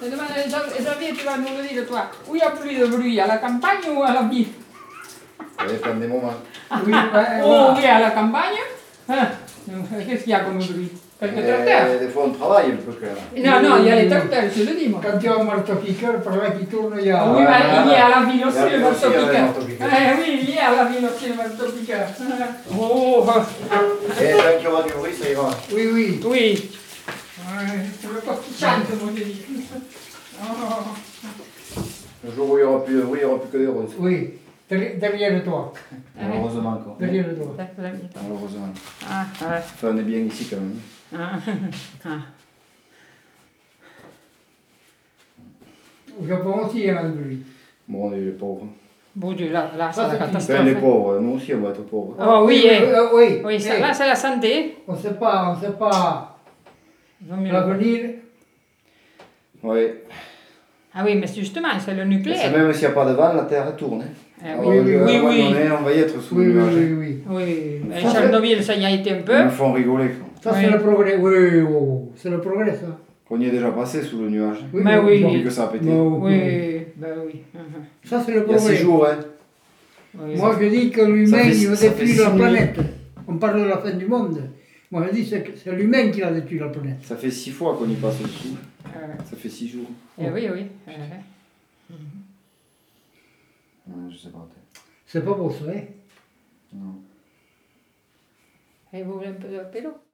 Me demande Xav- Xavier, tu vas nous le dire, toi. Où il y a plus de bruit, à la campagne ou à la ville Ça dépend des moments. Oui, Ah. bah, voilà. oui, à la campagne. Hein Qu'est-ce qu'il y a comme bruit Quelques Mais tracteurs des fois, on travaille un peu quand même. Non, non, il y a les tracteurs, je le dis, moi. Quand il y a un marteau-piqueur, par là qui tourne, il y Ah a... oui, mais il est à la ville aussi, Il y a le aussi, il y a le marteau-piqueur. marteau-piqueur. Eh oui, il est à la ville aussi, le marteau-piqueur. Oh, oh, Et tant qu'il y aura du bruit, ça ira. Oui, oui. oh. oui. Ouais, C'est le coq qui chante, moi, je dis. Oh. Le jour où il n'y aura plus de bruit, il n'y aura plus que des roses. Oui. Derri- Derrière toi. Malheureusement, quoi. Derrière toi. Malheureusement. Ah, ouais. Enfin, on est bien ici quand même. Ah, ah. Au Japon aussi, il y en a de bruit. Bon, on est les pauvres. Bon Dieu, là, là c'est Ça, la Enfin, les c'est une catastrophe. hein. pauvres, nous aussi, on va être pauvres. Oh oui, eh. euh, oui. oui ça, Eh, là c'est la santé. On ne sait pas, on ne sait pas Il vaut mieux le- l'avenir. Ouais. Ah oui, mais justement, c'est le Parce que nucléaire. même s'il n'y a pas de vent, la terre tourne. hein. Eh Alors, oui, on- oui, à un oui, moment oui. donné, On va y être sous Oui, le oui, nuage. hein. oui, oui. Oui, mais Tchernobyl, ça y a été un Ils peu. nous font rigoler. quoi. Ça, c'est Oui. le progrès. Oui, oui, oui, oui. C'est le progrès, ça. Qu'on y est déjà passé sous le nuage. Mais Bah oui. Depuis que ça a pété. Non, Bah oui. Oui, ben oui. mhm. Ça, c'est le Il y a six progrès. jours, hein. Oui. Moi, je dis que Ça l'humain, fait- il veut ça fait détruire la six millions. planète. On parle de la fin du monde. Moi, je dis c'est que c'est l'humain qui va détruire la planète. Ça fait six fois qu'on y passe dessous. Euh, Ça fait six jours. eh oui, oui. euh, Ouais, je sais pas. C'est pas pour ça, hein. Non. Et eh, vous voulez un peu de pélo